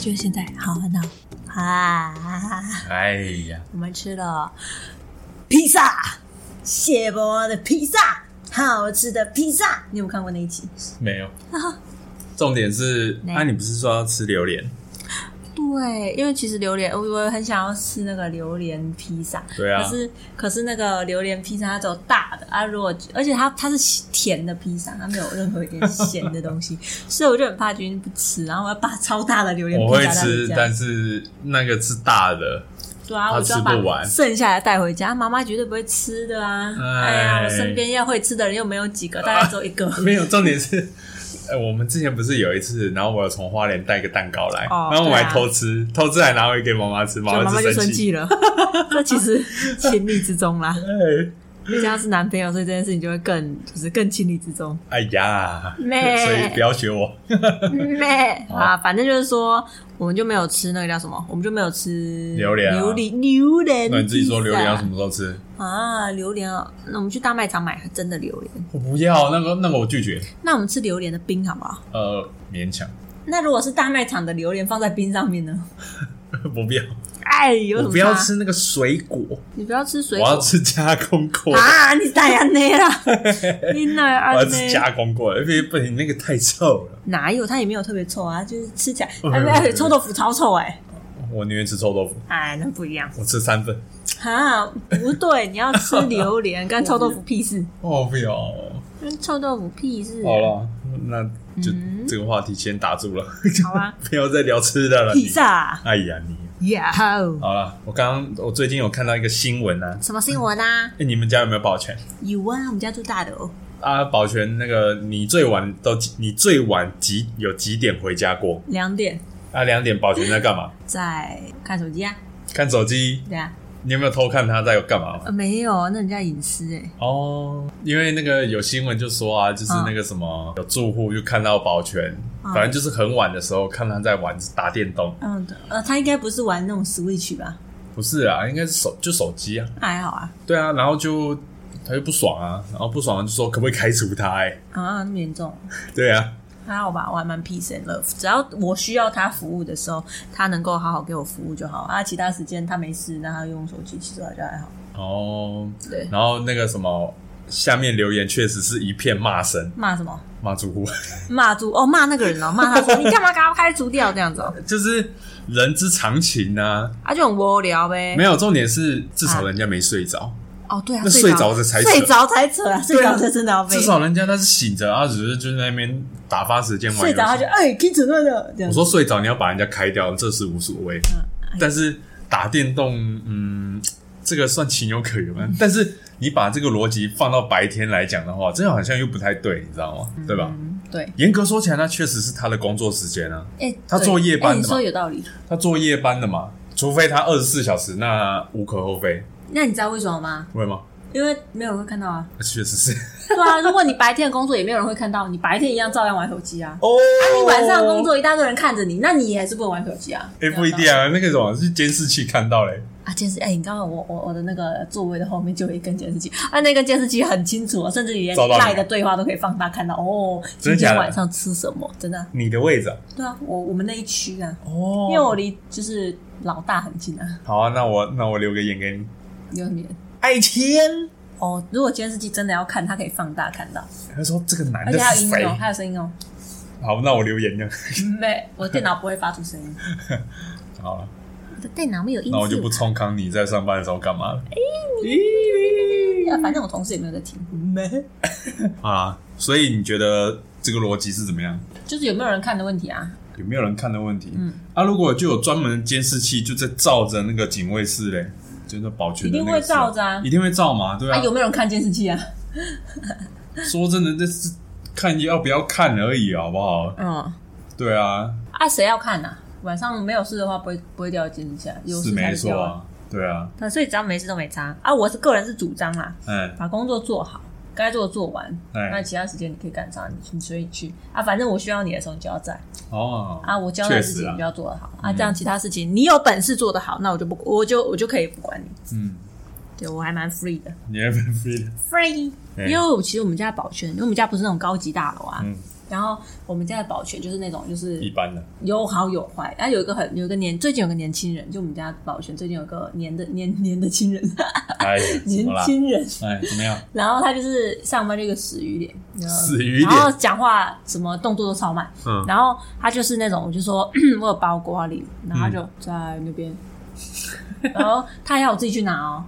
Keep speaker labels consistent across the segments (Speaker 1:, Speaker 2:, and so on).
Speaker 1: 就现在，好，很好啊！
Speaker 2: 哎呀，
Speaker 1: 我们吃了披萨，谢伯的披萨，好吃的披萨。你有没有看过那一集？
Speaker 2: 没有。 重点是，
Speaker 1: 没
Speaker 2: 那、你不是说要吃榴莲？
Speaker 1: 对，因为其实榴莲，我我很想要吃那个榴莲披萨。
Speaker 2: 对啊
Speaker 1: 可是可是那个榴莲披萨它只有大的啊，如果而且它它是甜的披萨，它没有任何一点咸的东 西，所以我就很怕决定不吃。然后我要把超大的榴莲
Speaker 2: 我
Speaker 1: 披
Speaker 2: 会
Speaker 1: 萨带回
Speaker 2: 吃，
Speaker 1: 家，
Speaker 2: 但是那个是大的，
Speaker 1: 对啊，
Speaker 2: 他
Speaker 1: 我就要
Speaker 2: 吃不
Speaker 1: 把
Speaker 2: 完
Speaker 1: 剩下的带回家，啊妈妈绝对不会吃的啊！
Speaker 2: 哎啊
Speaker 1: 哎呀，我身边要会吃的人又没有几个，大概只有一个。
Speaker 2: 没有。重点是，呃，我们之前不是有一次，然后我有从花莲带一个蛋糕来，
Speaker 1: 哦
Speaker 2: 然后我
Speaker 1: 对啊
Speaker 2: 还偷吃，偷吃还拿回给妈妈吃，
Speaker 1: 就
Speaker 2: 妈
Speaker 1: 妈妈就
Speaker 2: 就
Speaker 1: 生
Speaker 2: 气。
Speaker 1: 气了， 这其实情理之中啦。
Speaker 2: 哎
Speaker 1: 毕竟他是男朋友，所以这件事情就会更就是更情理之中。
Speaker 2: 哎呀，
Speaker 1: 妹
Speaker 2: 所以不要学我。
Speaker 1: 妹
Speaker 2: 嗯好
Speaker 1: 啊，反正就是说，我们就没有吃那个叫什么，我们就没有吃
Speaker 2: 榴莲啊
Speaker 1: 榴莲、榴莲。
Speaker 2: 那你自己说榴莲要什么时候吃？
Speaker 1: 啊？榴莲啊，那我们去大卖场买真的榴莲。
Speaker 2: 我不要那个那个，我拒绝。
Speaker 1: 那我们吃榴莲的冰好不好？
Speaker 2: 呃，勉强，
Speaker 1: 那如果是大卖场的榴莲放在冰上面呢？
Speaker 2: 我不要，
Speaker 1: 哎，有什
Speaker 2: 我
Speaker 1: 么？
Speaker 2: 不要，吃那个水果，
Speaker 1: 你不要吃水
Speaker 2: 我
Speaker 1: 果
Speaker 2: 要吃加工过。
Speaker 1: 啊！你太安内 啦，你哪
Speaker 2: 我要
Speaker 1: 安
Speaker 2: 吃
Speaker 1: 内？
Speaker 2: 加工过的，因为不行，那个太臭了。
Speaker 1: 哪有？它也没有特别臭啊，就是吃 起来，
Speaker 2: 嗯
Speaker 1: 哎，而且臭豆腐超臭哎、
Speaker 2: 我宁愿吃臭豆腐，
Speaker 1: 哎，那不一样
Speaker 2: 我吃三份。
Speaker 1: 啊！不对，你要吃榴莲，跟臭豆腐屁事，
Speaker 2: 哦，不要，
Speaker 1: 跟臭豆腐屁事。
Speaker 2: 好了，那就
Speaker 1: 嗯
Speaker 2: 这个话题先打住了，
Speaker 1: 好啊，
Speaker 2: 不要再聊吃的了。
Speaker 1: 披
Speaker 2: 你
Speaker 1: 萨，
Speaker 2: 哎呀，你
Speaker 1: 呀吼！
Speaker 2: 好了，我刚刚我最近有看到一个新闻啊，
Speaker 1: 什么新闻啊？
Speaker 2: 哎，你们家有没有保全
Speaker 1: 有啊，我们家住大楼，
Speaker 2: 啊？保全那个你最晚都几你最晚几有几点回家过？
Speaker 1: 两点
Speaker 2: 啊，两点保全在干嘛？
Speaker 1: 在看手机啊，
Speaker 2: 看手机？
Speaker 1: 对啊，
Speaker 2: 你有没有偷看他在干嘛吗？
Speaker 1: 呃没有，那人家隐私哎，
Speaker 2: 哦，因为那个有新闻就说啊，就是那个什么，有住户就看到保全，
Speaker 1: 嗯
Speaker 2: 反正就是很晚的时候看他在玩打电动，
Speaker 1: 嗯，呃，他应该不是玩那种 Switch 吧？
Speaker 2: 不是啊，应该是手就手机啊，
Speaker 1: 那还好啊，
Speaker 2: 对啊，然后就他就不爽啊，然后不爽就说可不可以开除他、欸？
Speaker 1: 啊，那么严重。
Speaker 2: 对啊，
Speaker 1: 还好吧，我还蛮 peace and love。只要我需要他服务的时候，他能够好好给我服务就好。啊，其他时间他没事，那他用手机，其实好像还好。
Speaker 2: 哦，
Speaker 1: 对，
Speaker 2: 然后那个什么，下面留言确实是一片骂声，
Speaker 1: 骂什么？
Speaker 2: 骂住户，
Speaker 1: 骂猪哦，骂那个人哦，骂他说你干嘛把我开除掉这样子哦，
Speaker 2: 就是人之常情啊。
Speaker 1: 啊就很无聊呗
Speaker 2: 没。有，重点是至
Speaker 1: 啊
Speaker 2: 少人家没睡着。
Speaker 1: 哦，对啊，
Speaker 2: 那
Speaker 1: 睡
Speaker 2: 睡着的才扯
Speaker 1: 睡着才扯啊，睡
Speaker 2: 对啊
Speaker 1: 着才真的要被
Speaker 2: 至少人家他是醒着，他只是就在那边打发时间玩游
Speaker 1: 睡
Speaker 2: 戏。
Speaker 1: 着他就哎，可以扯断了这样子。
Speaker 2: 我说睡着你要把人家开掉，这是无所谓。
Speaker 1: 嗯哎
Speaker 2: 但是打电动，嗯，这个算情有可原吧。但是你把这个逻辑放到白天来讲的话，这样好像又不太对，你知道吗？对啊吧？
Speaker 1: 嗯，对，
Speaker 2: 严格说起来，那确实是他的工作时间啊，
Speaker 1: 哎，
Speaker 2: 他
Speaker 1: 对
Speaker 2: 做夜班
Speaker 1: 哎
Speaker 2: 的嘛
Speaker 1: 你说有道理。
Speaker 2: 他做夜班的嘛，除非他二十四小时，那无可厚非，
Speaker 1: 那你知道为什么吗？
Speaker 2: 会吗？
Speaker 1: 因为没有人会看到啊。
Speaker 2: 确实是。
Speaker 1: 对 啊，如果你白天的工作也没有人会看到，你白天一样照样玩手机啊。
Speaker 2: 哦，
Speaker 1: 那你晚上工？作一大堆人看着你，那你也还是不能玩手机啊？
Speaker 2: 哎、哦不一定啊，那个什么是监视器看到嘞、
Speaker 1: 啊！监视哎，你刚刚我我我的那个座位的后面就有一根监视器，啊，那根监视器很清楚哦，甚至连
Speaker 2: 找到你
Speaker 1: 赖的对话都可以放大看到哦。
Speaker 2: 真
Speaker 1: 今
Speaker 2: 的假的
Speaker 1: 天晚上吃什么？真的啊、
Speaker 2: 你的位置啊？
Speaker 1: 对啊，我我们那一区啊，
Speaker 2: 哦
Speaker 1: 因为我离就是老大很近啊，
Speaker 2: 好啊，那我那我留个言给你。
Speaker 1: 有点远
Speaker 2: 爱天，
Speaker 1: 哦。如果监视器真的要看，它可以放大看到，
Speaker 2: 他说这个男
Speaker 1: 而
Speaker 2: 的
Speaker 1: 且还有
Speaker 2: 是
Speaker 1: 音
Speaker 2: 谁？
Speaker 1: 哦，还有声音哦。嗯
Speaker 2: 好，那我留言呢？
Speaker 1: 没，我电脑不会发出声音，
Speaker 2: 好了，
Speaker 1: 我的电脑没有音
Speaker 2: 那我就
Speaker 1: 质
Speaker 2: 不冲康你在上班的时候干嘛
Speaker 1: 哎
Speaker 2: 了。
Speaker 1: 啊反正我同事也没有在听，没，
Speaker 2: 好啦，所以你觉得这个逻辑是怎么样？
Speaker 1: 就是有没有人看的问题啊。
Speaker 2: 有没有人看的问题？
Speaker 1: 嗯，
Speaker 2: 啊，如果就有专门的监视器，就在照着那个警卫室嘞，就是保全的那个
Speaker 1: 一定会
Speaker 2: 时候
Speaker 1: 照着啊
Speaker 2: 一定会照嘛，对
Speaker 1: 啊，
Speaker 2: 啊。
Speaker 1: 有没有人看监视器啊？
Speaker 2: 说真的，这是看要不要看而已，好不好？
Speaker 1: 嗯，
Speaker 2: 对啊，
Speaker 1: 啊，谁要看呐、啊？晚上没有事的话，不会不会掉监视器啊，有
Speaker 2: 是
Speaker 1: 事才
Speaker 2: 没
Speaker 1: 会
Speaker 2: 错
Speaker 1: 掉啊。
Speaker 2: 啊，对啊，
Speaker 1: 对，所以只要没事都没差啊。我是个人是主张啦，
Speaker 2: 哎
Speaker 1: 把工作做好，该做的做完，
Speaker 2: 哎
Speaker 1: 那其他时间你可以干啥，你你随意去啊。反正我需要你的时候你就要在
Speaker 2: 哦，
Speaker 1: 啊，我交代的事
Speaker 2: 确实
Speaker 1: 情
Speaker 2: 啊
Speaker 1: 你就要做得好啊这样其他事情你有本事做得好，那我就不我就我就可以不管你。
Speaker 2: 嗯，
Speaker 1: 对我还蛮 free 的
Speaker 2: 你还蛮 free 的。
Speaker 1: ，free。
Speaker 2: 哎
Speaker 1: 因为我其实我们家保全，因为我们家不是那种高级大楼啊，
Speaker 2: 嗯
Speaker 1: 然后我们家的保全就是那种就是
Speaker 2: 一般的，
Speaker 1: 有好有坏，啊然后有一个很有一个年最近有个年轻人，就我们家保全最近有个年的年年的亲人，
Speaker 2: 哎呀，怎
Speaker 1: 年
Speaker 2: 么啦？
Speaker 1: 轻人，
Speaker 2: 哎，怎么样？
Speaker 1: 然后他就是上班就一个死鱼脸，然后
Speaker 2: 死鱼脸
Speaker 1: 然后讲话什么动作都超慢，
Speaker 2: 嗯
Speaker 1: 然后他就是那种我就说 我有包裹啊礼物，然后他就在那边，
Speaker 2: 嗯
Speaker 1: 然后他要我自己去拿哦，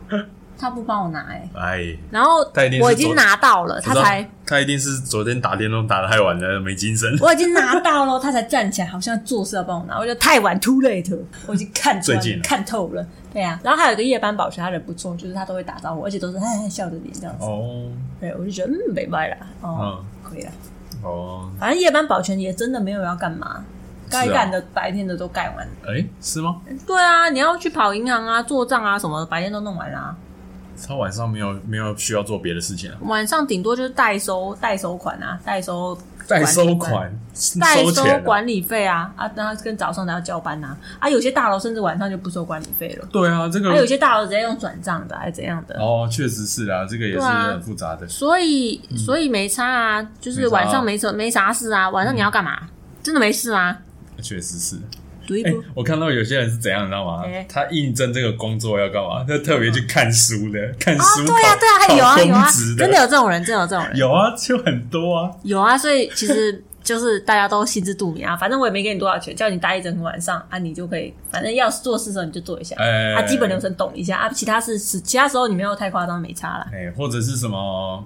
Speaker 1: 他不帮我拿哎、
Speaker 2: 哎，
Speaker 1: 然后
Speaker 2: 他一定是
Speaker 1: 我已经
Speaker 2: 走
Speaker 1: 拿到了，他
Speaker 2: 我知道
Speaker 1: 才
Speaker 2: 他一定是昨天打电动打的太晚了，没精神。
Speaker 1: 我已经拿到了，他才站起来，好像做事要帮我拿，我就太晚，too late，我已经看穿
Speaker 2: 最近了
Speaker 1: 看透了，对啊。然后还有一个夜班保全，他人不错，就是他都会打招呼，而且都是嘿嘿笑着脸这样子。
Speaker 2: 哦嗯
Speaker 1: 对，我就觉得嗯，没卖啦，哦，可以了。
Speaker 2: 哦，
Speaker 1: 反正夜班保全也真的没有要干嘛，
Speaker 2: 啊
Speaker 1: 该干的、白天的都干完了。
Speaker 2: 哎，是吗？
Speaker 1: 对啊，你要去跑银行啊、做账啊什么的，白天都弄完啦、
Speaker 2: 他晚上没有没有需要做别的事情啊？
Speaker 1: 晚上顶多就是代收、代收款啊、代收、
Speaker 2: 代收、款、
Speaker 1: 代
Speaker 2: 收
Speaker 1: 收
Speaker 2: 钱啊，
Speaker 1: 管理费啊啊，然后跟早上的要交班啊啊，有些大楼甚至晚上就不收管理费了。
Speaker 2: 对啊，这个
Speaker 1: 还有一些大楼直接用转账的，还是怎样的？
Speaker 2: 哦，确实是啦，这个也是
Speaker 1: 对啊
Speaker 2: 很复杂的。
Speaker 1: 所以，
Speaker 2: 嗯
Speaker 1: 所以没差啊，就是晚上没什没啥事啊，晚上你要干嘛？真的没事啊，
Speaker 2: 确实是。
Speaker 1: 读一
Speaker 2: 嗯哎、
Speaker 1: 部。
Speaker 2: 我看到有些人是怎样，你知道吗？
Speaker 1: 哎
Speaker 2: 他应征这个工作要干嘛？他特别去看书的，看
Speaker 1: 啊，
Speaker 2: 书、
Speaker 1: 对啊，对啊，还
Speaker 2: 考
Speaker 1: 有啊，
Speaker 2: 考
Speaker 1: 有啊
Speaker 2: 公职，
Speaker 1: 真的有这种人，真的有这种人，
Speaker 2: 有啊，就很多啊。
Speaker 1: 有啊，所以其实 就是大家都心知肚明啊。反正我也没给你多少钱，叫你待一整个晚上啊，你就可以，反正要做事的时候你就做一下，
Speaker 2: 哎
Speaker 1: 啊，基本流程懂一下啊，其他事是其他时候你没有太夸张，没差啦。
Speaker 2: 哎、或者是什么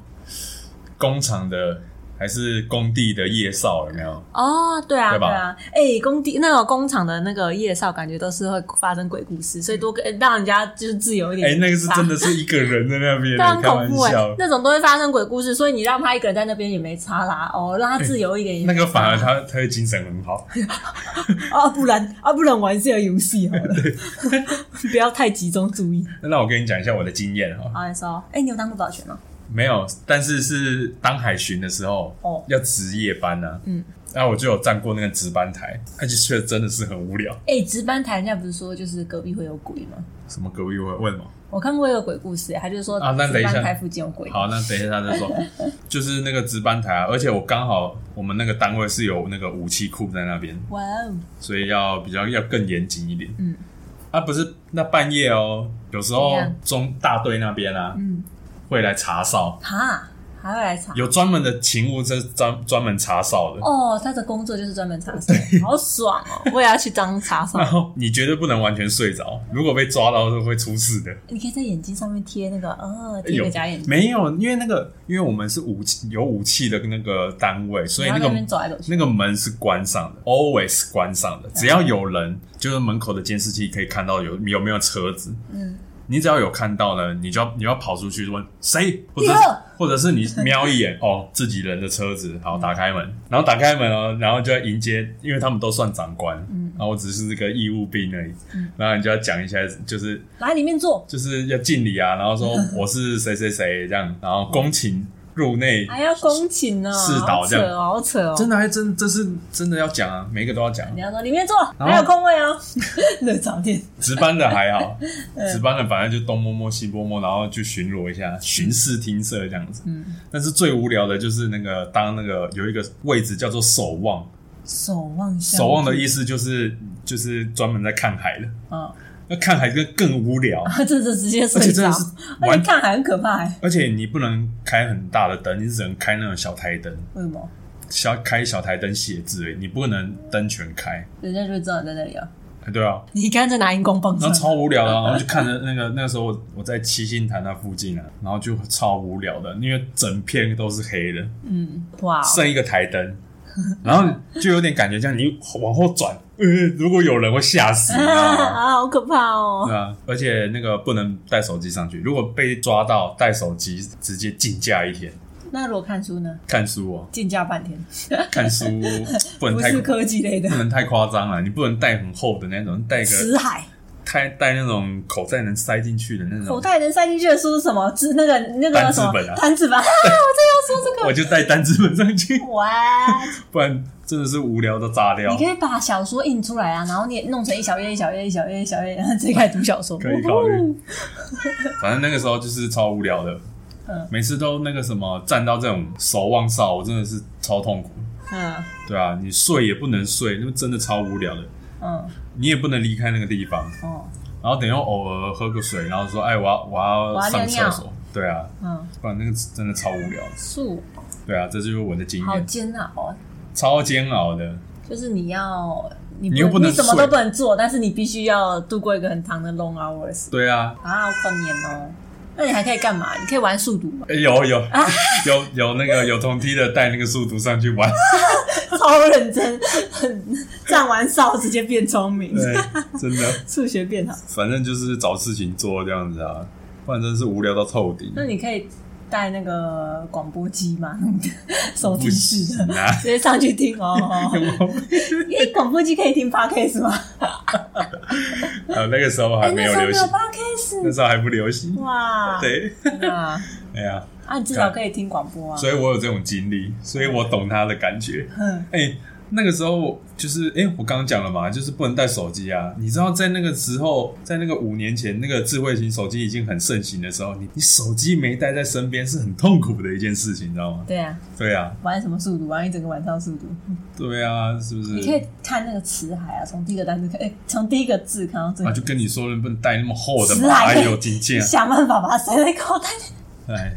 Speaker 2: 工厂的，还是工地的夜少，有没有？
Speaker 1: 哦，对啊，
Speaker 2: 对吧
Speaker 1: 对啊，哎、工地那个工厂的那个夜少，感觉都是会发生鬼故事，所以多跟呃让人家就是自由一点。
Speaker 2: 哎、嗯那个是真的是一个人 在那边，
Speaker 1: 对啊，非常
Speaker 2: 开
Speaker 1: 恐
Speaker 2: 玩
Speaker 1: 怖哎、
Speaker 2: 笑。
Speaker 1: 那种都会发生鬼故事，所以你让他一个人在那边也没差啦，哦，让他自由一点也
Speaker 2: 那
Speaker 1: 没
Speaker 2: 个反而
Speaker 1: 差
Speaker 2: 他他的精神很好，
Speaker 1: 啊，不然啊，不然玩这个游戏好 了， 不要太集中注意。
Speaker 2: 那我跟你讲一下我的经验哈，
Speaker 1: 好，你说，哎、你有当过保全吗？
Speaker 2: 没有，但是是当海巡的时候，
Speaker 1: 哦
Speaker 2: 要值夜班呢、啊，
Speaker 1: 嗯，
Speaker 2: 然后我就有站过那个值班台，而且确实真的是很无聊。
Speaker 1: 哎、值班台人家不是说就是隔壁会有鬼吗？
Speaker 2: 什么隔壁会问什么？
Speaker 1: 我看过一个鬼故事、哎他就是说
Speaker 2: 啊那等
Speaker 1: 值
Speaker 2: 一下
Speaker 1: 班台附近有鬼，
Speaker 2: 好，那等一下再说。 就是那个值班台啊，而且我刚好我们那个单位是有那个武器库在那边，
Speaker 1: 哇哦，
Speaker 2: 所以要比较要更严谨一点。
Speaker 1: 嗯，
Speaker 2: 啊，不是，那半夜哦，有时候
Speaker 1: 怎样
Speaker 2: 中大队那边啊
Speaker 1: 嗯，
Speaker 2: 会来查哨，
Speaker 1: 哈，还会来查。
Speaker 2: 有专门的勤务是专专门查哨的。
Speaker 1: 哦，他的工作就是专门查哨，好爽 哦！我也要去当查哨
Speaker 2: 然。后你绝对不能完全睡着，如果被抓到是会出事的。
Speaker 1: 你可以在眼睛上面贴那个，呃，贴
Speaker 2: 有
Speaker 1: 个假眼睛，
Speaker 2: 哎没有？因为那个，因为我们是武器有武器的那个单位，所以
Speaker 1: 然
Speaker 2: 那
Speaker 1: 后在那
Speaker 2: 个
Speaker 1: 边走来走去。
Speaker 2: 那个门是关上的，always 关上的。只要有人，就是门口的监视器可以看到有有没有车子。
Speaker 1: 嗯，
Speaker 2: 你只要有看到呢，你就要你要跑出去问谁，或者
Speaker 1: 立刻
Speaker 2: 或者是你瞄一眼哦，自己人的车子，好打开门，然后打开门哦，然后就要迎接，因为他们都算长官，嗯，然后我只是个义务兵而已，然后你就要讲一下，就是
Speaker 1: 来里面坐，
Speaker 2: 就是要敬礼啊，然后说我是谁谁谁这样，然后恭请入内，
Speaker 1: 还要恭请呢，
Speaker 2: 世导
Speaker 1: 好扯
Speaker 2: 这样
Speaker 1: 哦，好扯哦。
Speaker 2: 真的还真这是真的要讲啊，每个都要讲啊
Speaker 1: 你。要说里面坐，
Speaker 2: 后
Speaker 1: 还有空位哦。 热早点，
Speaker 2: 值班的还好，值班的反正就东摸摸西摸摸，然后去巡逻一下，巡视听舍这样子。
Speaker 1: 嗯，
Speaker 2: 但是最无聊的就是那个当那个有一个位置叫做守望，
Speaker 1: 守望相助。
Speaker 2: 守望的意思就是就是专门在看海的。
Speaker 1: 嗯，
Speaker 2: 那看海更更无聊，
Speaker 1: 这这直接
Speaker 2: 而且
Speaker 1: 睡
Speaker 2: 真的
Speaker 1: 着
Speaker 2: 是，
Speaker 1: 而
Speaker 2: 完
Speaker 1: 且看还很可怕欸，
Speaker 2: 而且你不能开很大的灯，你只能开那种小台灯，
Speaker 1: 为什么？
Speaker 2: 小开小台灯写字而已，你不能灯全开。
Speaker 1: 人家就知道你在那里啊。
Speaker 2: 对啊，
Speaker 1: 你刚才在拿荧光 棒
Speaker 2: 然
Speaker 1: 上
Speaker 2: 后，超无聊的，然后就看着那个那个时候我我在七星潭那附近啊，然后就超无聊的，因为整片都是黑的，
Speaker 1: 嗯，哇哦，
Speaker 2: 剩一个台灯，然后就有点感觉像你往后转，呃，如果有人会吓死，你知道吗？
Speaker 1: 啊，好可怕哦。
Speaker 2: 对啊，而且那个不能带手机上去，如果被抓到带手机，直接禁驾一天。
Speaker 1: 那如果看书呢？
Speaker 2: 看书哦，
Speaker 1: 竞价半天，
Speaker 2: 看书不能
Speaker 1: 不
Speaker 2: 太
Speaker 1: 是
Speaker 2: 不
Speaker 1: 科技类的，
Speaker 2: 能太夸张啊了，你不能带很厚的那种，带个
Speaker 1: 辞海。
Speaker 2: 带带那种口袋能塞进去的那
Speaker 1: 口
Speaker 2: 种，
Speaker 1: 袋能塞进去的书是什么？是那个那个
Speaker 2: 嗯单
Speaker 1: 什
Speaker 2: 字
Speaker 1: 么
Speaker 2: 本啊
Speaker 1: 单字本啊！
Speaker 2: 我就带单字本上去。
Speaker 1: 哇，
Speaker 2: 不然真的是无聊到炸掉
Speaker 1: 你。可以把小说印出来啊，然后你也弄成一小页一小页一小页一小页，然后直接开始读小说。
Speaker 2: 可以考虑
Speaker 1: 呜呼
Speaker 2: 反正那个时候就是超无聊的，
Speaker 1: 嗯
Speaker 2: 每次都那个什么站到这种守望哨，我真的是超痛苦。
Speaker 1: 嗯
Speaker 2: 对啊，你睡也不能睡，那么真的超无聊的，
Speaker 1: 嗯
Speaker 2: 你也不能离开那个地方。
Speaker 1: 哦
Speaker 2: 然后等于偶尔喝个水，然后说：“哎，我要我
Speaker 1: 我
Speaker 2: 要
Speaker 1: 要
Speaker 2: 上
Speaker 1: 尿
Speaker 2: 厕所。”对啊，
Speaker 1: 嗯，
Speaker 2: 不然那个真的超无聊的。
Speaker 1: 素
Speaker 2: 对啊，这就是我的经
Speaker 1: 好
Speaker 2: 验，
Speaker 1: 煎熬哦，
Speaker 2: 超煎熬的。
Speaker 1: 就是你要你
Speaker 2: 你又不能
Speaker 1: 你什么
Speaker 2: 睡
Speaker 1: 都不能做，但是你必须要度过一个很长的 long hours
Speaker 2: 对啊，
Speaker 1: 啊，好困难哦。那你还可以干嘛？你 可以玩速读吧，
Speaker 2: 哎有有
Speaker 1: 啊
Speaker 2: 有有那个有同梯的带那个速读上去 玩，
Speaker 1: 超认真， 站完哨直接变聪明，
Speaker 2: 对，真的，
Speaker 1: 数学变好。
Speaker 2: 反正就是找事情做这样子啊，不然真是无聊到透顶。
Speaker 1: 那你可以带那个广播机嘛， 手
Speaker 2: 不
Speaker 1: 提式
Speaker 2: 行
Speaker 1: 的，
Speaker 2: 啊，
Speaker 1: 直 接上去听哦。哦因为广播机可以听 podcast 吗？
Speaker 2: 呃，那个时候还
Speaker 1: 哎，
Speaker 2: 没
Speaker 1: 那
Speaker 2: 有
Speaker 1: 时候
Speaker 2: 流
Speaker 1: 没有
Speaker 2: 行，那
Speaker 1: podcast，
Speaker 2: 时候还不流行。
Speaker 1: 哇，
Speaker 2: 对，
Speaker 1: 啊，
Speaker 2: 哎呀，
Speaker 1: 啊，你至少可以听广播啊。
Speaker 2: 所以我有这种经历，所以我懂他的感觉。
Speaker 1: 嗯
Speaker 2: 哎、那个时候就是，哎、我刚刚讲了嘛，就是不能带手机啊。你知道，在那个时候，在那个五年前，那个智慧型手机已经很盛行的时候，你你手机没带在身边是很痛苦的一件事情，你知道吗？
Speaker 1: 对啊，
Speaker 2: 对啊，
Speaker 1: 玩什么速读？玩一整个晚上速读，
Speaker 2: 对啊，是不是
Speaker 1: 你？可以看那个词海啊，从第一个单词看，哎，从第一个字看到最
Speaker 2: 啊，
Speaker 1: 后，
Speaker 2: 就跟你说了，不能带那么厚的
Speaker 1: 是
Speaker 2: 嘛，
Speaker 1: 啊
Speaker 2: 还有警 戒啊，
Speaker 1: 想办法把它塞在口袋。
Speaker 2: 哎，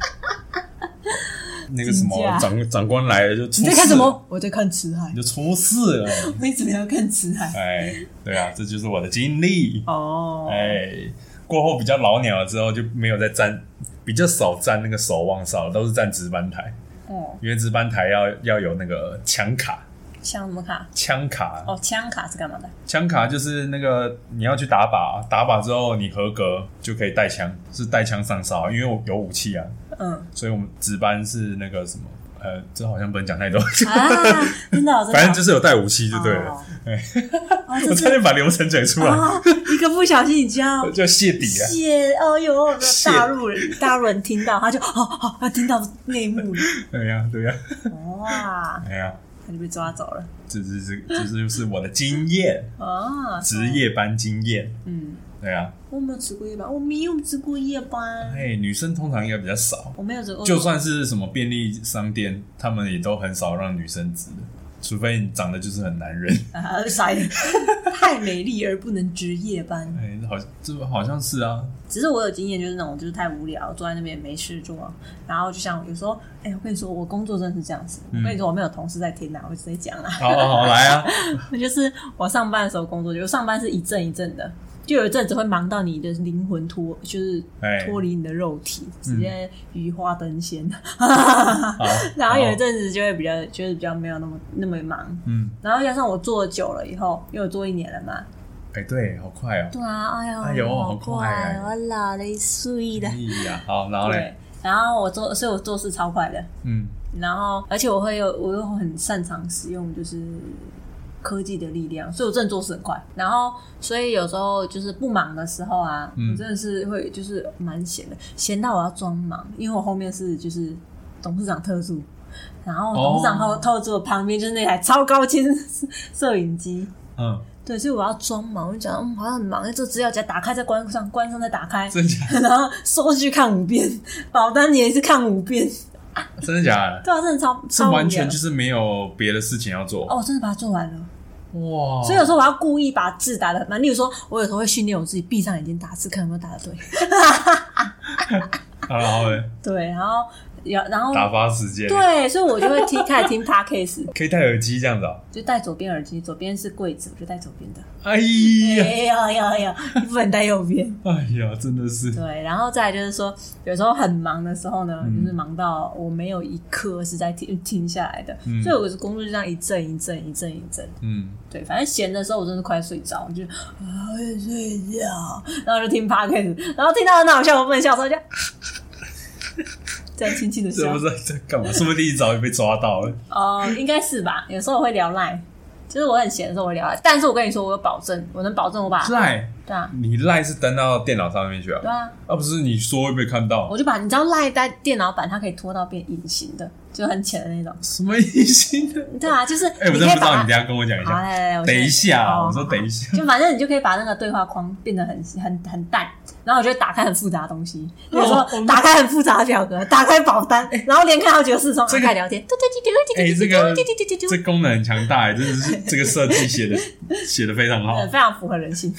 Speaker 2: 那个什么
Speaker 1: 警戒啊
Speaker 2: 长长官来了就出
Speaker 1: 你在
Speaker 2: 事
Speaker 1: 看什
Speaker 2: 了，
Speaker 1: 么？我在看词海
Speaker 2: 你。就出事了。
Speaker 1: 为什么要看词海？
Speaker 2: 哎，对啊，这就是我的经历。
Speaker 1: 哦，
Speaker 2: 哎，过后比较老鸟了之后就没有再站，比较少站那个守望哨，都是站值班台，
Speaker 1: 哦，
Speaker 2: 因为值班台要要有那个枪卡，
Speaker 1: 枪什么卡？
Speaker 2: 枪卡，
Speaker 1: 哦，枪卡是干嘛的？
Speaker 2: 枪卡就是那个你要去打靶，打靶之后你合格就可以带枪，是带枪上哨，因为我有武器啊，
Speaker 1: 嗯
Speaker 2: 所以我们值班是那个什么，呃，这好像不能讲太多，
Speaker 1: 啊， 真的哦，真的哦，
Speaker 2: 反正就是有带武器就对了。
Speaker 1: 哦
Speaker 2: 哎，
Speaker 1: 哦
Speaker 2: 我
Speaker 1: 这
Speaker 2: 差
Speaker 1: 是
Speaker 2: 点把流程讲出来，
Speaker 1: 啊，一个不小心你就 要
Speaker 2: 叫泄底啊。
Speaker 1: 谢，哦呦，
Speaker 2: 谢
Speaker 1: 大陆人大陆人听到他就哦哦，他听到内幕了，
Speaker 2: 对呀、对呀、
Speaker 1: 哇，
Speaker 2: 哎呀、
Speaker 1: 他就被抓走了
Speaker 2: 这这这这就是我的经验，
Speaker 1: 啊，
Speaker 2: 值夜班经验。
Speaker 1: 嗯，
Speaker 2: 对啊，
Speaker 1: 我没有值过夜班，我没有值过夜班，
Speaker 2: 哎，女生通常应该比较少，
Speaker 1: 我没有值过，
Speaker 2: 就算是什么便利商店，他们也都很少让女生值的，除非你长得就是很男人。
Speaker 1: 啊，傻眼，太美丽而不能值夜班。
Speaker 2: 哎，好，这好像是啊，
Speaker 1: 只是我有经验，就是那种就是太无聊，坐在那边没事做，然后就像有时候，哎、我跟你说，我工作真的是这样子。
Speaker 2: 嗯
Speaker 1: 我跟你说，我没有同事在听啊，我直接讲啦。
Speaker 2: 好好好来 啊，
Speaker 1: 就是我上班的时候工作，就上班是一阵一阵的，就有一阵子会忙到你的灵魂脱，就是
Speaker 2: 哎
Speaker 1: 脱离你的肉体，直接鱼花灯仙。
Speaker 2: 好，
Speaker 1: 然后有一
Speaker 2: 这，
Speaker 1: 阵子就会比较，就是比较没有那么那么忙。
Speaker 2: 嗯，
Speaker 1: 然后加上我做久了以后，因为我做一年了嘛，
Speaker 2: 哎，对，好快哦，
Speaker 1: 对啊，哎呦，
Speaker 2: 哎呦好快哎
Speaker 1: 我老了一岁了
Speaker 2: 哎。呀，好，然后嘞
Speaker 1: 对，，然后我做，所以我做事超快的。
Speaker 2: 嗯，
Speaker 1: 然后，而且我会有，我又很擅长使用就是科技的力量，所以我真的做事很快。然后，所以有时候就是不忙的时候啊，
Speaker 2: 嗯
Speaker 1: 我真的是会就是蛮闲的，闲到我要啊装忙，因为我后面是就是董事长特助。然后董事长后
Speaker 2: 哦
Speaker 1: 特助的旁边就是那台超高清摄影机，
Speaker 2: 嗯，
Speaker 1: 对，所以我要装忙，我就讲嗯好像很忙，这资料夹打开再关上，关上再打开，
Speaker 2: 真假，
Speaker 1: 然后收据看五遍，保单也是看五遍，
Speaker 2: 真的假的？
Speaker 1: 对啊，真的超
Speaker 2: 是
Speaker 1: 超无聊
Speaker 2: 完全就是哦没有别的事情要做
Speaker 1: 哦，我真的把它做完了。
Speaker 2: 哇！
Speaker 1: 所以有时候我要故意把字打的很慢，例如说，我有时候会训练我自己闭上眼睛打字，看有没有打的对。
Speaker 2: 好了好了，
Speaker 1: 对，然后然然后
Speaker 2: 打发时间，
Speaker 1: 嗯对，所以我就会听开始听 podcast，
Speaker 2: 可以戴耳机这样子啊。
Speaker 1: 就戴左边耳机，左边是柜子，我就戴左边的。
Speaker 2: 哎呀，
Speaker 1: 哎呀呀呀，你不能戴右边。
Speaker 2: 哎呀，真的是，
Speaker 1: 对，然后再来就是说，有时候很忙的时候呢，
Speaker 2: 嗯
Speaker 1: 就是忙到我没有一刻是在停停下来的，
Speaker 2: 嗯
Speaker 1: 所以我的工作就这样一阵一阵一阵一阵。
Speaker 2: 嗯，
Speaker 1: 对，反正闲的时候我真的快睡着，我就啊要睡觉，然后就听 podcast，然后听到很好笑，我不能笑，所以就这样轻轻的
Speaker 2: 这
Speaker 1: 笑
Speaker 2: 不。知道在干嘛，说不定一早就被抓到了。
Speaker 1: 哦、应该是吧。有时候我会聊赖，就是我很闲的时候我会聊赖，但是我跟你说，我有保证，我能保证我把
Speaker 2: 赖，
Speaker 1: 对啊
Speaker 2: 你赖是登到电脑上面去啊
Speaker 1: 对？啊，
Speaker 2: 啊，不是你说会被看到
Speaker 1: 我就把你知道赖在电脑版它可以拖到变隐形的，就很浅的那种。
Speaker 2: 什么一星的？
Speaker 1: 对啊，就是
Speaker 2: 哎、我
Speaker 1: 你可
Speaker 2: 真的
Speaker 1: 以
Speaker 2: 不知道，
Speaker 1: 把
Speaker 2: 你等一下跟我讲一
Speaker 1: 好
Speaker 2: 下。
Speaker 1: 来来来，我
Speaker 2: 等一下啊，
Speaker 1: 哦
Speaker 2: 我说
Speaker 1: 好
Speaker 2: 等一下。
Speaker 1: 就反正你就可以把那个对话框变得很很很淡，然后我就会打开很复杂的东西，比如
Speaker 2: 哦我
Speaker 1: 说
Speaker 2: 们
Speaker 1: 打开很复杂的表格，打开保单，然后连看好几个事从
Speaker 2: 这
Speaker 1: 打
Speaker 2: 个
Speaker 1: 开聊天，对对
Speaker 2: 哎
Speaker 1: 对对对
Speaker 2: 这个
Speaker 1: 对对对对对
Speaker 2: 这
Speaker 1: 对，
Speaker 2: 功能很强大哎，真的是这个设计写的写的非常好
Speaker 1: 呃非常符合人性，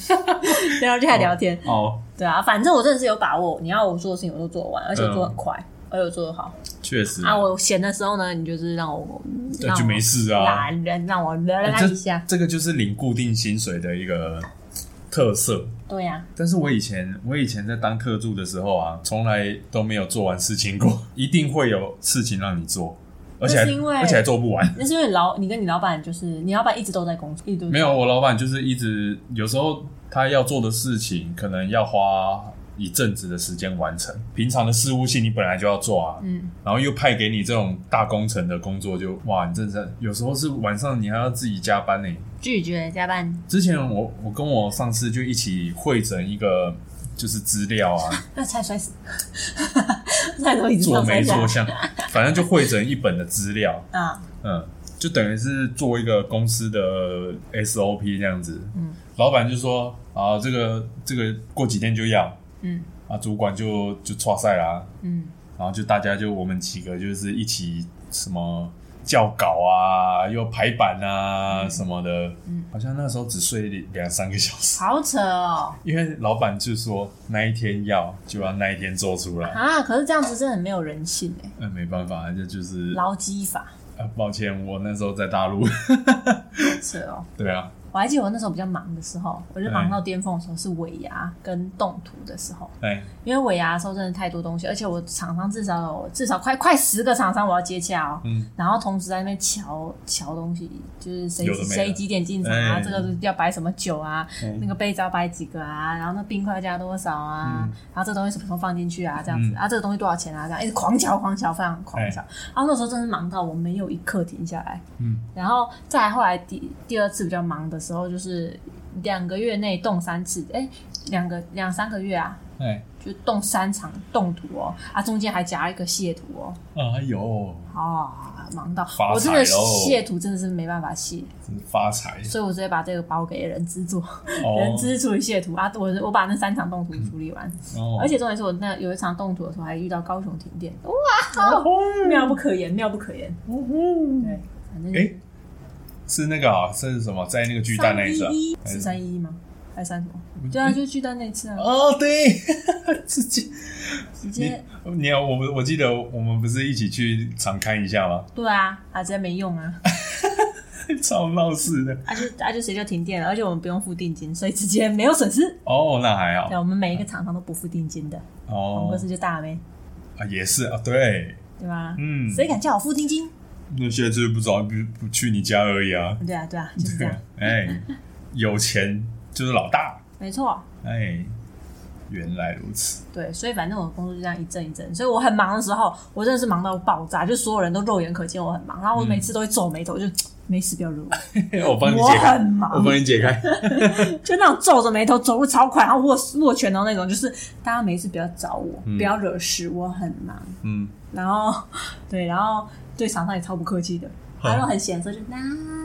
Speaker 1: 然后就开始聊天，
Speaker 2: 哦，
Speaker 1: 对啊，反正我真的是有把握，你要我做的事情我都做完，而且我做得很快，而且我做得好。
Speaker 2: 确实
Speaker 1: 啊，我闲的时候呢，你就是让我嗯
Speaker 2: 对
Speaker 1: 让
Speaker 2: 就
Speaker 1: 我
Speaker 2: 没事啊。
Speaker 1: 懒人，让我来
Speaker 2: 哎
Speaker 1: 来一下
Speaker 2: 这，这个就是领固定薪水的一个特色。
Speaker 1: 对呀，
Speaker 2: 但是我以前我以前在当特助的时候啊，从来都没有做完事情过， 一定会有事情让你做，而且还
Speaker 1: 那是因为
Speaker 2: 而且还做不完。
Speaker 1: 那是因为老你跟你老板就是你老板一直都在工作，一直都
Speaker 2: 没有，我老板就是一直有时候他要做的事情，可能要花一阵子的时间完成。平常的事务性你本来就要做啊，
Speaker 1: 嗯，
Speaker 2: 然后又派给你这种大工程的工作就，哇，你真的是有时候是晚上你还要自己加班呢、
Speaker 1: 拒绝加班。
Speaker 2: 之前我我跟我上司就一起会诊一个就是资料啊，
Speaker 1: 那菜摔死， 菜都已经
Speaker 2: 做
Speaker 1: 上
Speaker 2: 没
Speaker 1: 摔下
Speaker 2: 做像，反正就会诊一本的资料，
Speaker 1: 啊，
Speaker 2: 嗯，就等于是做一个公司的 SOP 这样子。
Speaker 1: 嗯，
Speaker 2: 老板就说啊，这个这个过几天就要
Speaker 1: 嗯
Speaker 2: 啊，主管就就错赛啦，
Speaker 1: 嗯，
Speaker 2: 然后就大家就我们几个就是一起什么校稿啊，又排版啊、什么的，
Speaker 1: 嗯
Speaker 2: 好像那时候只睡两三个小时，
Speaker 1: 好扯哦
Speaker 2: 因为老板就说那一天要就要那一天做出来，
Speaker 1: 啊！可是这样子真的很没有人性哎，
Speaker 2: 嗯，没办法，这就是
Speaker 1: 劳基法，
Speaker 2: 啊，抱歉，我那时候在大陆。
Speaker 1: 好扯哦。
Speaker 2: 对啊，
Speaker 1: 我还记得我那时候比较忙的时候，我就忙到巅峰的时候是尾牙跟动图的时候，
Speaker 2: 哎，
Speaker 1: 因为尾牙的时候真的太多东西，而且我厂商至少有至少快快十个厂商我要接洽哦，
Speaker 2: 嗯，
Speaker 1: 然后同时在那边瞧瞧东西，就是谁
Speaker 2: 有的没的
Speaker 1: 谁几点进场啊，
Speaker 2: 哎
Speaker 1: 这个是要摆什么酒啊，
Speaker 2: 嗯
Speaker 1: 那个杯子要摆几个啊，然后那冰块加多少啊，
Speaker 2: 嗯
Speaker 1: 然后这个东西什么时候放进去啊，这样子、
Speaker 2: 嗯哎
Speaker 1: 啊，这个东西多少钱啊，这样一直狂瞧狂瞧，非常狂瞧。然后那时候真是忙到我没有一刻停下来。
Speaker 2: 嗯，
Speaker 1: 然后再来后来第第二次比较忙的时候，就是两个月内动三次，哎，两个两三个月啊，
Speaker 2: 哎，
Speaker 1: 就动三场动图哦，啊，中间还夹一个亵图哦，
Speaker 2: 哎呦，
Speaker 1: 啊，忙到
Speaker 2: 发财
Speaker 1: 我真的
Speaker 2: 喽
Speaker 1: 卸图真的是没办法卸，
Speaker 2: 真是发财
Speaker 1: 所以我直接把这个包给人资做，人
Speaker 2: 哦
Speaker 1: 资处理卸图啊，我我把那三场动图处理完，
Speaker 2: 哦，
Speaker 1: 而且重点是我那有一场动图的时候还遇到高雄停电，哇，
Speaker 2: 哦
Speaker 1: 妙不可言，妙不可言，对，反正
Speaker 2: 哎是那个啊，是什么？在那个巨蛋那一次啊？还
Speaker 1: 是
Speaker 2: 是嗯
Speaker 1: 三一一吗？还是三什么？对啊，就巨蛋那次啊，
Speaker 2: 哦，对， 自己
Speaker 1: 直
Speaker 2: 你
Speaker 1: 接
Speaker 2: 你有我们我记得我们不是一起去常看一下吗？
Speaker 1: 对啊，啊，直接没用啊，
Speaker 2: 超闹事的
Speaker 1: 啊就啊就谁就停电了，而且我们不用付定金，所以直接没有损失，
Speaker 2: 哦，那还好
Speaker 1: 对，我们每一个厂商都不付定金的，我们
Speaker 2: 哦
Speaker 1: 公司就大了呗。
Speaker 2: 啊也是啊，对，
Speaker 1: 对吧？
Speaker 2: 嗯
Speaker 1: 谁敢叫我付定金？
Speaker 2: 那现在就是不找不不去你家而已啊，
Speaker 1: 对啊，对啊，就是这
Speaker 2: 对
Speaker 1: 样
Speaker 2: 啊，， 哎，有钱就是老大，
Speaker 1: 没错。
Speaker 2: 哎，原来如此。
Speaker 1: 对，所以反正我的工作就这样一阵一阵，所以我很忙的时候，我真的是忙到爆炸，就所有人都肉眼可见我很忙，然后我
Speaker 2: 嗯
Speaker 1: 每次都会皱眉头，就没事不要惹我，
Speaker 2: 我帮你
Speaker 1: 我
Speaker 2: 解开，
Speaker 1: 很忙
Speaker 2: 我帮你解开。
Speaker 1: 就那种皱着眉头走路超快，然后握握拳头那种，就是大家没事不要找我，不要惹事，我很忙。
Speaker 2: 嗯，
Speaker 1: 然后对，然后对厂商也超不客气的，他说很闲的时候就啦啦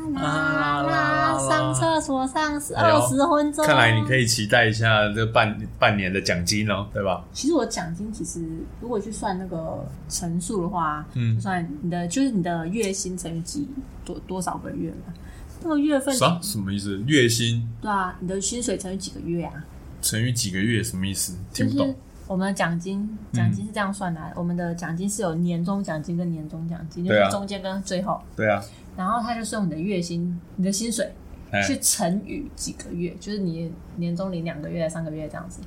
Speaker 2: 嗯啊啦啦
Speaker 1: 啦，
Speaker 2: 啦
Speaker 1: 上厕所上
Speaker 2: 哎呦
Speaker 1: 二十分钟，
Speaker 2: 看来你可以期待一下这半半年的奖金哦，对吧？
Speaker 1: 其实我奖金其实如果去算那个乘数的话，
Speaker 2: 嗯
Speaker 1: 就算你的就是你的月薪乘以几多多少个月嘛，那个月份
Speaker 2: 啥？什么意思？月薪
Speaker 1: 对啊，你的薪水乘以几个月啊？
Speaker 2: 乘以几个月什么意思？
Speaker 1: 就
Speaker 2: 听不
Speaker 1: 是
Speaker 2: 懂。嗯
Speaker 1: 我们的奖金奖金是这样算的啊、我们的奖金是有年终奖金跟年终奖金，就
Speaker 2: 对啊
Speaker 1: 是中间跟最后，
Speaker 2: 对啊，
Speaker 1: 然后他就是用你的月薪、你的薪水
Speaker 2: 哎，
Speaker 1: 去乘以几个月，就是你年终领两个月、三个月这样子。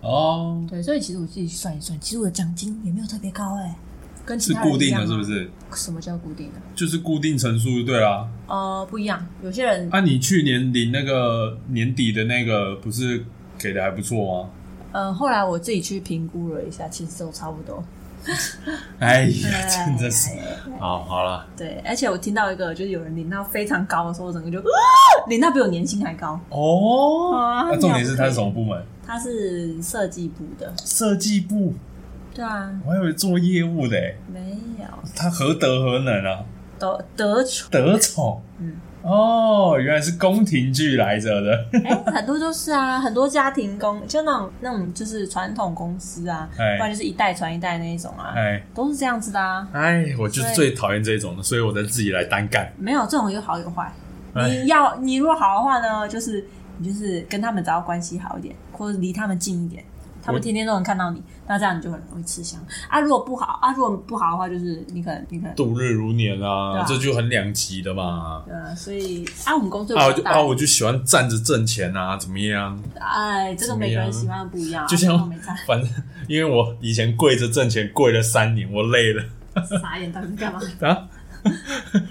Speaker 2: 哦，
Speaker 1: 对，所以其实我自己算一算，其实我的奖金也没有特别高哎、跟其
Speaker 2: 是
Speaker 1: 他人
Speaker 2: 固定
Speaker 1: 一
Speaker 2: 的，
Speaker 1: 样啊
Speaker 2: 是不是？
Speaker 1: 什么叫固定的？
Speaker 2: 就是固定乘数，对啦。
Speaker 1: 呃，不一样，有些人
Speaker 2: 啊，你去年领那个年底的那个，不是给的还不错吗？
Speaker 1: 呃，后来我自己去评估了一下，其实都差不多。
Speaker 2: 哎呀，真的是。
Speaker 1: 哎
Speaker 2: 好，好了，
Speaker 1: 对，而且我听到一个，就是有人领到非常高的时候，我整个就、啊、领到比我年薪还高。
Speaker 2: 哦。
Speaker 1: 啊
Speaker 2: 那重点是他是什么部门？
Speaker 1: 他是设计部的，
Speaker 2: 设计部。
Speaker 1: 对啊，
Speaker 2: 我还以为做业务的、欸，
Speaker 1: 没有
Speaker 2: 他何德何能啊？
Speaker 1: 得得 宠，
Speaker 2: 得宠
Speaker 1: 嗯，
Speaker 2: 哦，原来是宫廷剧来着的。
Speaker 1: 哎、很多都是啊，很多家庭公就那种那种就是传统公司啊，不
Speaker 2: 哎
Speaker 1: 然就是一代传一代那一种啊，
Speaker 2: 哎
Speaker 1: 都是这样子的啊。
Speaker 2: 哎，我就是最讨厌这种的，所以我才自己来单干。
Speaker 1: 没有这种有好有坏，
Speaker 2: 哎
Speaker 1: 你要你如果好的话呢，就是你就是跟他们只要关系好一点，或者离他们近一点，他
Speaker 2: 我
Speaker 1: 们天天都能看到你，那这样你就很容易吃香啊。如果不好啊，如果不好的话，就是你可能你可能
Speaker 2: 度日如年啊，
Speaker 1: 对啊
Speaker 2: 这就很两极的嘛。
Speaker 1: 对啊，所以啊，我们工作
Speaker 2: 啊，我
Speaker 1: 比较
Speaker 2: 就
Speaker 1: 大
Speaker 2: 啊，，我就喜欢站着挣钱啊，怎么样？
Speaker 1: 哎，这个每个人喜欢的不一样啊，
Speaker 2: 就像
Speaker 1: 我没在
Speaker 2: 反正因为我以前跪着挣钱，跪了三年，我累了
Speaker 1: 傻眼，到底干嘛？
Speaker 2: 啊。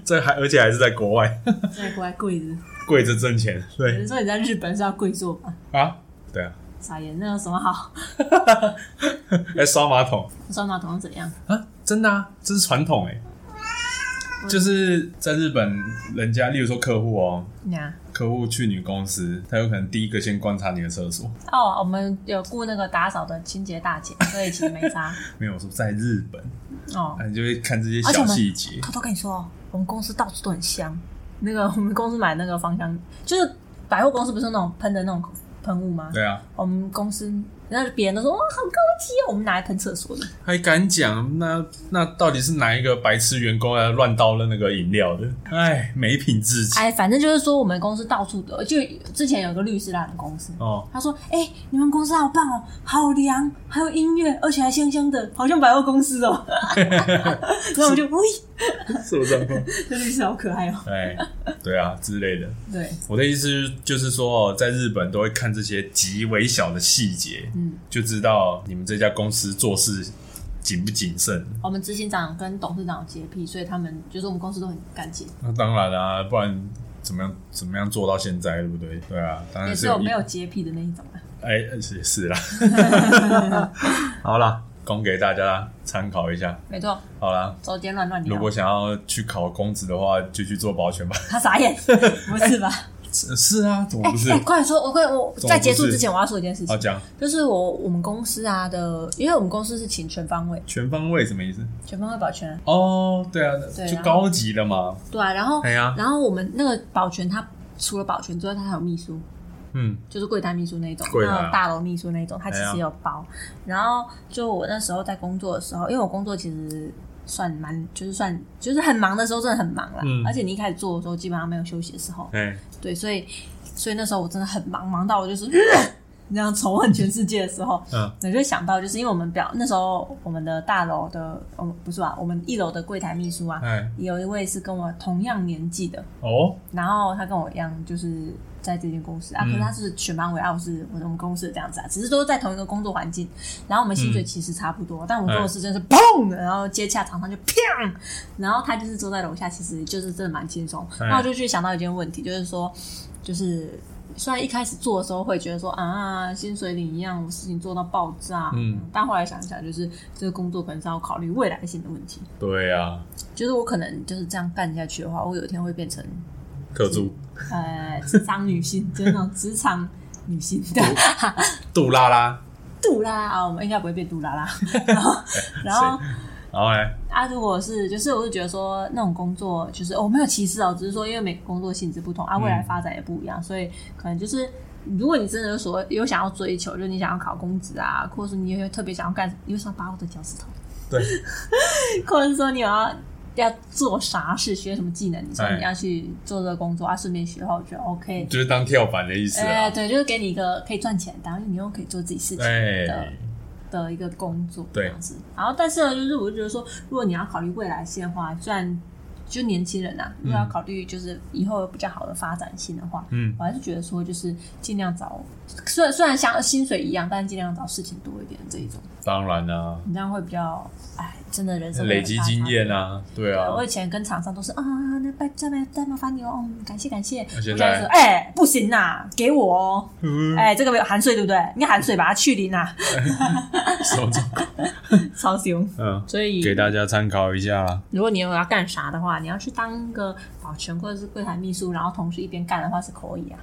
Speaker 2: 这还而且还是 在国外
Speaker 1: 在国外跪着，
Speaker 2: 跪着挣钱，
Speaker 1: 有
Speaker 2: 对
Speaker 1: 人说你在日本是要跪坐吧？
Speaker 2: 啊，对啊，
Speaker 1: 傻眼，那有什么好？
Speaker 2: 哎，刷马桶
Speaker 1: 刷马桶怎样？
Speaker 2: 啊，真的啊，这是传统哎、就是在日本，人家例如说客户哦，
Speaker 1: 你看
Speaker 2: 客户去你公司，他有可能第一个先观察你的厕所。
Speaker 1: 哦，我们有雇那个打扫的清洁大姐，所以其实没啥
Speaker 2: 没有我说在日本，
Speaker 1: 哦。
Speaker 2: 啊，你就会看这些小细节。
Speaker 1: 偷偷跟你说哦，我们公司到处都很香。那个 我们公司买那个芳香，就是百货公司不是那种喷的那种喷雾吗？
Speaker 2: 对啊，
Speaker 1: 我们公司那别人都说哇好高级哦，我们拿来喷厕所的。
Speaker 2: 还敢讲？那那到底是哪一个白痴员工来乱倒了那个饮料的？哎，没品质。
Speaker 1: 哎，反正就是说我们公司到处都，就之前有个律师来我们公司。
Speaker 2: 哦，
Speaker 1: 他说：“哎、你们公司好棒哦，好凉，还有音乐，而且还香香的，好像百货公司哦。”然后我们就，喂，
Speaker 2: 什么状况？
Speaker 1: 这律师好可爱哦。
Speaker 2: 哎，对啊之类的。
Speaker 1: 对，
Speaker 2: 我的意思就是说，哦，在日本都会看这些极微小的细节，
Speaker 1: 嗯，
Speaker 2: 就知道你们这家公司做事谨不谨慎。
Speaker 1: 我们执行长跟董事长有洁癖，所以他们就是我们公司都很干净。
Speaker 2: 那当然啊，不然怎么样怎么样做到现在，对不对？对啊，当
Speaker 1: 也
Speaker 2: 然
Speaker 1: 是
Speaker 2: 是
Speaker 1: 有
Speaker 2: 有
Speaker 1: 没有
Speaker 2: 一
Speaker 1: 洁癖的那一种啊。
Speaker 2: 哎，是是啦。 好啦，供给大家参考一下。
Speaker 1: 没错，
Speaker 2: 好啦，
Speaker 1: 走间乱乱聊。
Speaker 2: 如果想要去考公职的话，就去做保全吧。
Speaker 1: 他傻眼，不是吧？
Speaker 2: 是是啊，怎么
Speaker 1: 哎
Speaker 2: 不是
Speaker 1: 哎，？快点说，我快我
Speaker 2: 怎么
Speaker 1: 在结束
Speaker 2: 不是啊
Speaker 1: 之前，我要说一件事
Speaker 2: 好
Speaker 1: 情，
Speaker 2: 讲
Speaker 1: 就是我我们公司啊的，因为我们公司是请全方位，
Speaker 2: 全方位什么意思？
Speaker 1: 全方位保全，
Speaker 2: 哦，对啊，
Speaker 1: 对
Speaker 2: 就
Speaker 1: 然后
Speaker 2: 高级的嘛。
Speaker 1: 对啊，然后
Speaker 2: 哎呀
Speaker 1: 然后我们那个保全他。除了保全之外，他还有秘书，
Speaker 2: 嗯，
Speaker 1: 就是柜台秘书那一种，
Speaker 2: 柜台啊
Speaker 1: 还有大楼秘书那一种，他其
Speaker 2: 哎呀
Speaker 1: 实也有包。然后就我那时候在工作的时候，因为我工作其实算蛮，就是算就是很忙的时候，真的很忙啦。
Speaker 2: 嗯
Speaker 1: 而且你一开始做的时候，基本上没有休息的时候。
Speaker 2: 哎，
Speaker 1: 对，所以所以那时候我真的很忙，忙到我就是那样仇恨全世界的时候，
Speaker 2: 嗯，
Speaker 1: 我就想到，就是因为我们表那时候我们的大楼的，哦不是吧，我们一楼的柜台秘书啊，
Speaker 2: 哎，
Speaker 1: 有一位是跟我同样年纪的，
Speaker 2: 哦，
Speaker 1: 然后他跟我一样，就是在这间公司
Speaker 2: 嗯
Speaker 1: 啊，可是他是全班围绕是我们公司的这样子啊，只是都在同一个工作环境，然后我们薪水其实差不
Speaker 2: 哎
Speaker 1: 多，但我做的事真的是砰，然后接洽常常就砰，然后他就是坐在楼下，其实就是真的蛮轻松。
Speaker 2: 哎
Speaker 1: 那我就去想到一件问题，就是说，就是。虽然一开始做的时候会觉得说啊，薪水领一样，我事情做到爆炸，
Speaker 2: 嗯，
Speaker 1: 但后来想一想，就是这个工作可能是要考虑未来性的问题，
Speaker 2: 对啊，
Speaker 1: 就是我可能就是这样干下去的话，我有一天会变成
Speaker 2: 特助
Speaker 1: 呃，职场女性，就是那种职场女性的
Speaker 2: 哦杜拉拉，
Speaker 1: 杜拉啊，我们应该不会变杜 拉拉。然后，然后
Speaker 2: 然后呢？
Speaker 1: 啊，如果是就是，我就觉得说那种工作就是我、哦、没有歧视哦，只是说因为每个工作性质不同啊，未来
Speaker 2: 嗯
Speaker 1: 发展也不一样，所以可能就是。如果你真的有所有想要追求，就是你想要考公职啊，或者说你有特别想要干，你有想把我的脚趾头，
Speaker 2: 对，
Speaker 1: 或者是说你有要要做啥事，学什么技能，你说
Speaker 2: 哎
Speaker 1: 你要去做这个工作啊，顺便学的话，我觉得 OK。
Speaker 2: 就是当跳板的意思
Speaker 1: 哎、
Speaker 2: 啊。
Speaker 1: 对，就是给你一个可以赚钱，然后你又可以做自己事情的、
Speaker 2: 哎，
Speaker 1: 的一个工作，
Speaker 2: 对
Speaker 1: 这样子。然后，但是呢，就是我就觉得说，如果你要考虑未来性的话，虽然就年轻人啊，如果要考虑就是以后有比较好的发展性的话，
Speaker 2: 嗯，
Speaker 1: 我还是觉得说，就是尽量找，虽然虽然像薪水一样，但尽量找事情多一点的这一种，
Speaker 2: 当然啦，
Speaker 1: 你这样会比较，哎，真的人生会
Speaker 2: 累积
Speaker 1: 有
Speaker 2: 经验
Speaker 1: 发展。
Speaker 2: 啊，对
Speaker 1: 对
Speaker 2: 啊
Speaker 1: 我。以前跟厂商都是啊，那拜再拜再麻烦你哦，嗯，感谢感谢。我
Speaker 2: 现
Speaker 1: 就
Speaker 2: 在
Speaker 1: 说，哎、不行呐、给我哦。
Speaker 2: 嗯
Speaker 1: 哎、这个没有含税对不对？你含税把它去零啊，
Speaker 2: 什么状况？
Speaker 1: 超凶。
Speaker 2: 嗯，
Speaker 1: 所以，
Speaker 2: 给大家参考一下啦。
Speaker 1: 如果你有要干啥的话，你要去当个保全或者是柜台秘书，然后同时一边干的话是可以啊。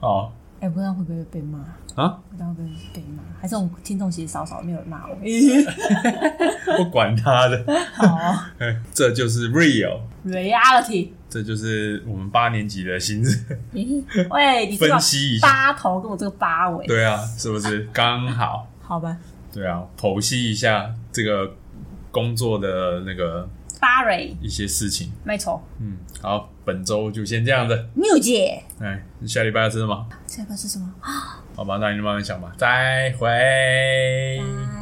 Speaker 2: 好，
Speaker 1: 哎、不知道会不会被骂，
Speaker 2: 啊，
Speaker 1: 不知道会不会被骂，还是我们听众其实少少没有人骂 我。
Speaker 2: 我管他的，
Speaker 1: 好
Speaker 2: 这就是 real，
Speaker 1: 哦，reality，
Speaker 2: 这就是我们八年级的薪资。
Speaker 1: 咦喂，你这个
Speaker 2: 分析一下
Speaker 1: 八头跟我这个八尾，
Speaker 2: 对啊，是不是刚好？
Speaker 1: 好吧，
Speaker 2: 对啊，剖析一下这个工作的那个
Speaker 1: 八尾，
Speaker 2: 一些事情。
Speaker 1: 没错，
Speaker 2: 嗯，好，本周就先这样子。
Speaker 1: 缪姐，
Speaker 2: 哎，下礼拜要吃什么？
Speaker 1: 下一个是什么？
Speaker 2: 好吧，那你就慢慢想吧。再会。
Speaker 1: 拜。